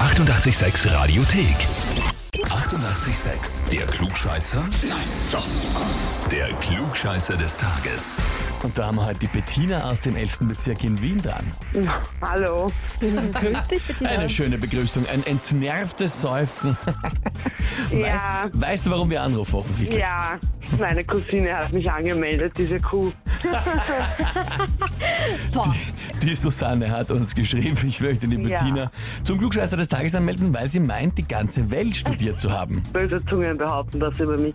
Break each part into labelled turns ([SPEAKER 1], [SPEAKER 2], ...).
[SPEAKER 1] 886 Radiothek. 88,6. Der Klugscheißer? Nein, doch. Der Klugscheißer des Tages.
[SPEAKER 2] Und da haben wir halt die Bettina aus dem 11. Bezirk in Wien dran.
[SPEAKER 3] Hallo.
[SPEAKER 4] Grüß dich, bitte.
[SPEAKER 2] Eine schöne Begrüßung, ein entnervtes Seufzen.
[SPEAKER 3] Ja.
[SPEAKER 2] Weißt, weißt du, warum wir anrufen offensichtlich?
[SPEAKER 3] Ja, meine Cousine hat mich angemeldet, diese Kuh.
[SPEAKER 4] Boah,
[SPEAKER 2] Die Susanne hat uns geschrieben, ich möchte die
[SPEAKER 3] Ja.
[SPEAKER 2] Bettina zum Klugscheißer des Tages anmelden, weil sie meint, die ganze Welt studiert zu haben.
[SPEAKER 3] Böse Zungen behaupten das über mich.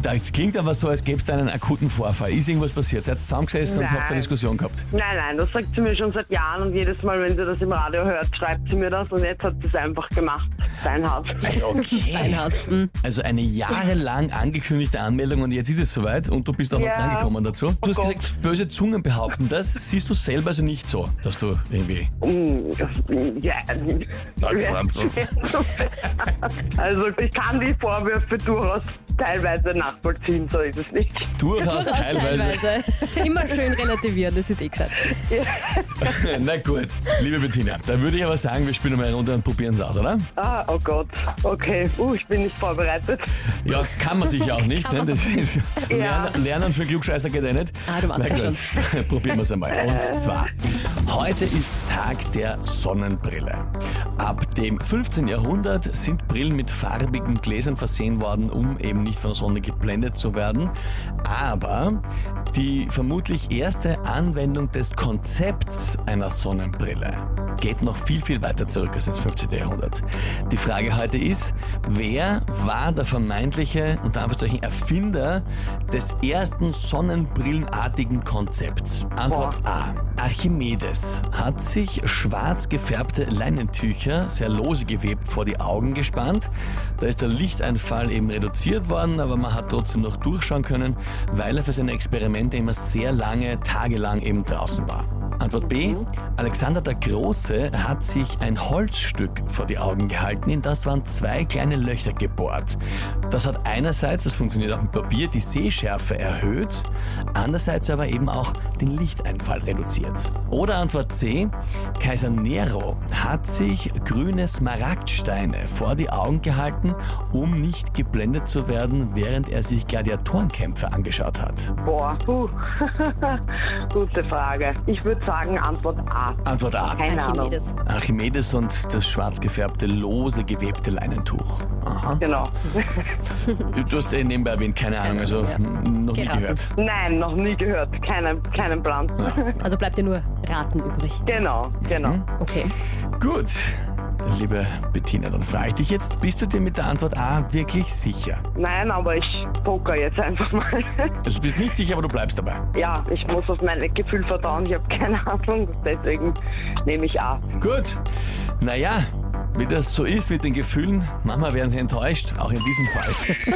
[SPEAKER 2] Das klingt aber so, als gäbe es da einen akuten Vorfall. Ist irgendwas passiert? Seid ihr zusammengesessen und
[SPEAKER 3] Nein.
[SPEAKER 2] habt eine Diskussion gehabt?
[SPEAKER 3] Nein, nein, das sagt sie mir schon seit Jahren und jedes Mal, wenn sie das im Radio hört, schreibt sie mir das und jetzt hat sie es einfach gemacht. Dein Haus.
[SPEAKER 2] Okay.
[SPEAKER 4] Reinhard. mm.
[SPEAKER 3] Hm.
[SPEAKER 2] Also eine jahrelang angekündigte Anmeldung und jetzt ist es soweit und du bist auch noch
[SPEAKER 3] Ja.
[SPEAKER 2] dran gekommen dazu. Du
[SPEAKER 3] Oh
[SPEAKER 2] hast
[SPEAKER 3] Gott.
[SPEAKER 2] gesagt, böse Zungen behaupten das. Siehst du selber also nicht so, dass du irgendwie...
[SPEAKER 3] Mm, Ja. Also ich kann die Vorwürfe durchaus teilweise nachvollziehen, so ist es nicht.
[SPEAKER 2] Durchaus
[SPEAKER 4] Durchaus
[SPEAKER 2] teilweise.
[SPEAKER 4] teilweise. Immer schön relativieren, das ist eh gescheit.
[SPEAKER 2] Na gut, liebe Bettina, dann würde ich aber sagen, wir spielen mal eine Runde und probieren es aus, oder?
[SPEAKER 3] Ah, oh Gott. Okay. Uh, ich bin nicht vorbereitet.
[SPEAKER 2] Ja, kann man sich ja auch nicht. Ne? Das ist, Lernen, Lernen für Klugscheißer geht ja nicht.
[SPEAKER 4] Ah, du machst
[SPEAKER 2] Na
[SPEAKER 4] das
[SPEAKER 2] gut, Probieren wir es einmal. Und zwar, heute ist Tag der Sonnenbrille. Ab dem 15. Jahrhundert sind Brillen mit farbigen Gläsern versehen worden, um eben nicht von der Sonne geblendet zu werden. Aber die vermutlich erste Anwendung des Konzepts einer Sonnenbrille geht noch viel, viel weiter zurück als ins 15. Jahrhundert. Die Frage heute ist, wer war der vermeintliche, unter Anführungszeichen, Erfinder des ersten sonnenbrillenartigen Konzepts? Antwort A. Archimedes hat sich schwarz gefärbte Leinentücher, sehr lose gewebt, vor die Augen gespannt. Da ist der Lichteinfall eben reduziert worden, aber man hat trotzdem noch durchschauen können, weil er für seine Experimente immer sehr lange, tagelang eben draußen war. Antwort B. Alexander der Große hat sich ein Holzstück vor die Augen gehalten, in das waren zwei kleine Löcher gebohrt. Das hat einerseits, das funktioniert auch mit Papier, die Sehschärfe erhöht, andererseits aber eben auch den Lichteinfall reduziert. Oder Antwort C. Kaiser Nero hat sich grüne Smaragdsteine vor die Augen gehalten, um nicht geblendet zu werden, während er sich Gladiatorenkämpfe angeschaut hat.
[SPEAKER 3] Boah, puh. Gute Frage. Ich würde sagen, Antwort A.
[SPEAKER 2] Antwort A.
[SPEAKER 3] Keine Ahnung.
[SPEAKER 4] Archimedes.
[SPEAKER 2] Archimedes und das schwarz gefärbte, lose gewebte Leinentuch. Aha.
[SPEAKER 3] Genau.
[SPEAKER 2] Du hast eh nebenbei erwähnt, keine Ahnung, also
[SPEAKER 4] Ja.
[SPEAKER 2] m, noch nie
[SPEAKER 4] Geraten.
[SPEAKER 2] gehört.
[SPEAKER 3] Nein, noch nie gehört. Keinen, keinen Plan.
[SPEAKER 4] Also bleibt dir nur Raten übrig.
[SPEAKER 3] Genau, genau.
[SPEAKER 4] Okay.
[SPEAKER 2] Gut, liebe Bettina, dann frage ich dich jetzt, bist du dir mit der Antwort A wirklich sicher?
[SPEAKER 3] Nein, aber ich poker jetzt einfach mal.
[SPEAKER 2] Also du bist nicht sicher, aber du bleibst dabei.
[SPEAKER 3] ja, ich muss auf mein Gefühl vertrauen. Ich habe keine Ahnung. Deswegen nehme ich A.
[SPEAKER 2] Gut, naja, wie das so ist mit den Gefühlen, manchmal werden sie enttäuscht, auch in diesem Fall.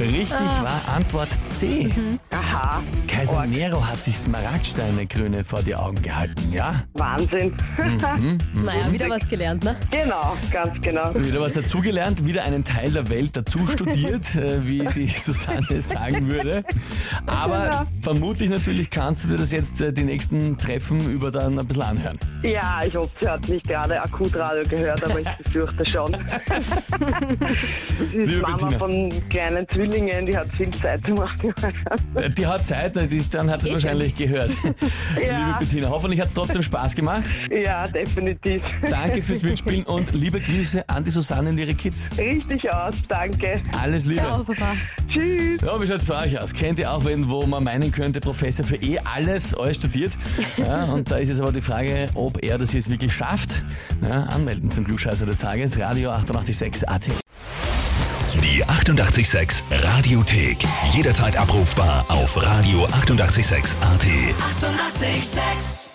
[SPEAKER 2] Richtig
[SPEAKER 4] Ah.
[SPEAKER 2] war Antwort C.
[SPEAKER 4] Mhm.
[SPEAKER 3] Aha,
[SPEAKER 2] Kaiser Nero hat sich Smaragdsteine grüne vor die Augen gehalten, ja?
[SPEAKER 3] Wahnsinn.
[SPEAKER 4] Naja, wieder was gelernt, ne?
[SPEAKER 3] genau, ganz genau.
[SPEAKER 2] Wieder was dazugelernt, wieder einen Teil der Welt dazu studiert, äh, wie die Susanne sagen würde. Aber
[SPEAKER 4] Genau.
[SPEAKER 2] vermutlich natürlich kannst du dir das jetzt äh, die nächsten Treffen über dann ein bisschen anhören.
[SPEAKER 3] Ja, ich hoffe, sie hat nicht gerade Akutradio gehört, aber ich befürchte schon. sie ist
[SPEAKER 2] Liebe
[SPEAKER 3] Mama
[SPEAKER 2] Bettina.
[SPEAKER 3] von kleinen Zwillingen, die hat viel Zeit zu machen.
[SPEAKER 2] Äh, Die hat Zeit, äh, die, dann hat es
[SPEAKER 4] Eh
[SPEAKER 2] wahrscheinlich gehört. Liebe Bettina, hoffentlich hat es trotzdem Spaß gemacht.
[SPEAKER 3] ja, definitiv.
[SPEAKER 2] Danke fürs Mitspielen und liebe Grüße an die Susanne und ihre Kids.
[SPEAKER 3] Richtig aus, danke.
[SPEAKER 2] Alles Liebe.
[SPEAKER 4] Ciao, Papa.
[SPEAKER 3] Tschüss.
[SPEAKER 2] Ja, wie schaut's bei euch aus? Kennt ihr auch wen, wo man meinen könnte, Professor für eh alles, alles studiert? Ja, und da ist jetzt aber die Frage, ob er das jetzt wirklich schafft. Ja, anmelden zum Glückscheißer des Tages, Radio 886 AT.
[SPEAKER 1] Die 88,6 Radiothek. Jederzeit abrufbar auf radio886.at. 88,6.
[SPEAKER 5] Eighty-eight, sex.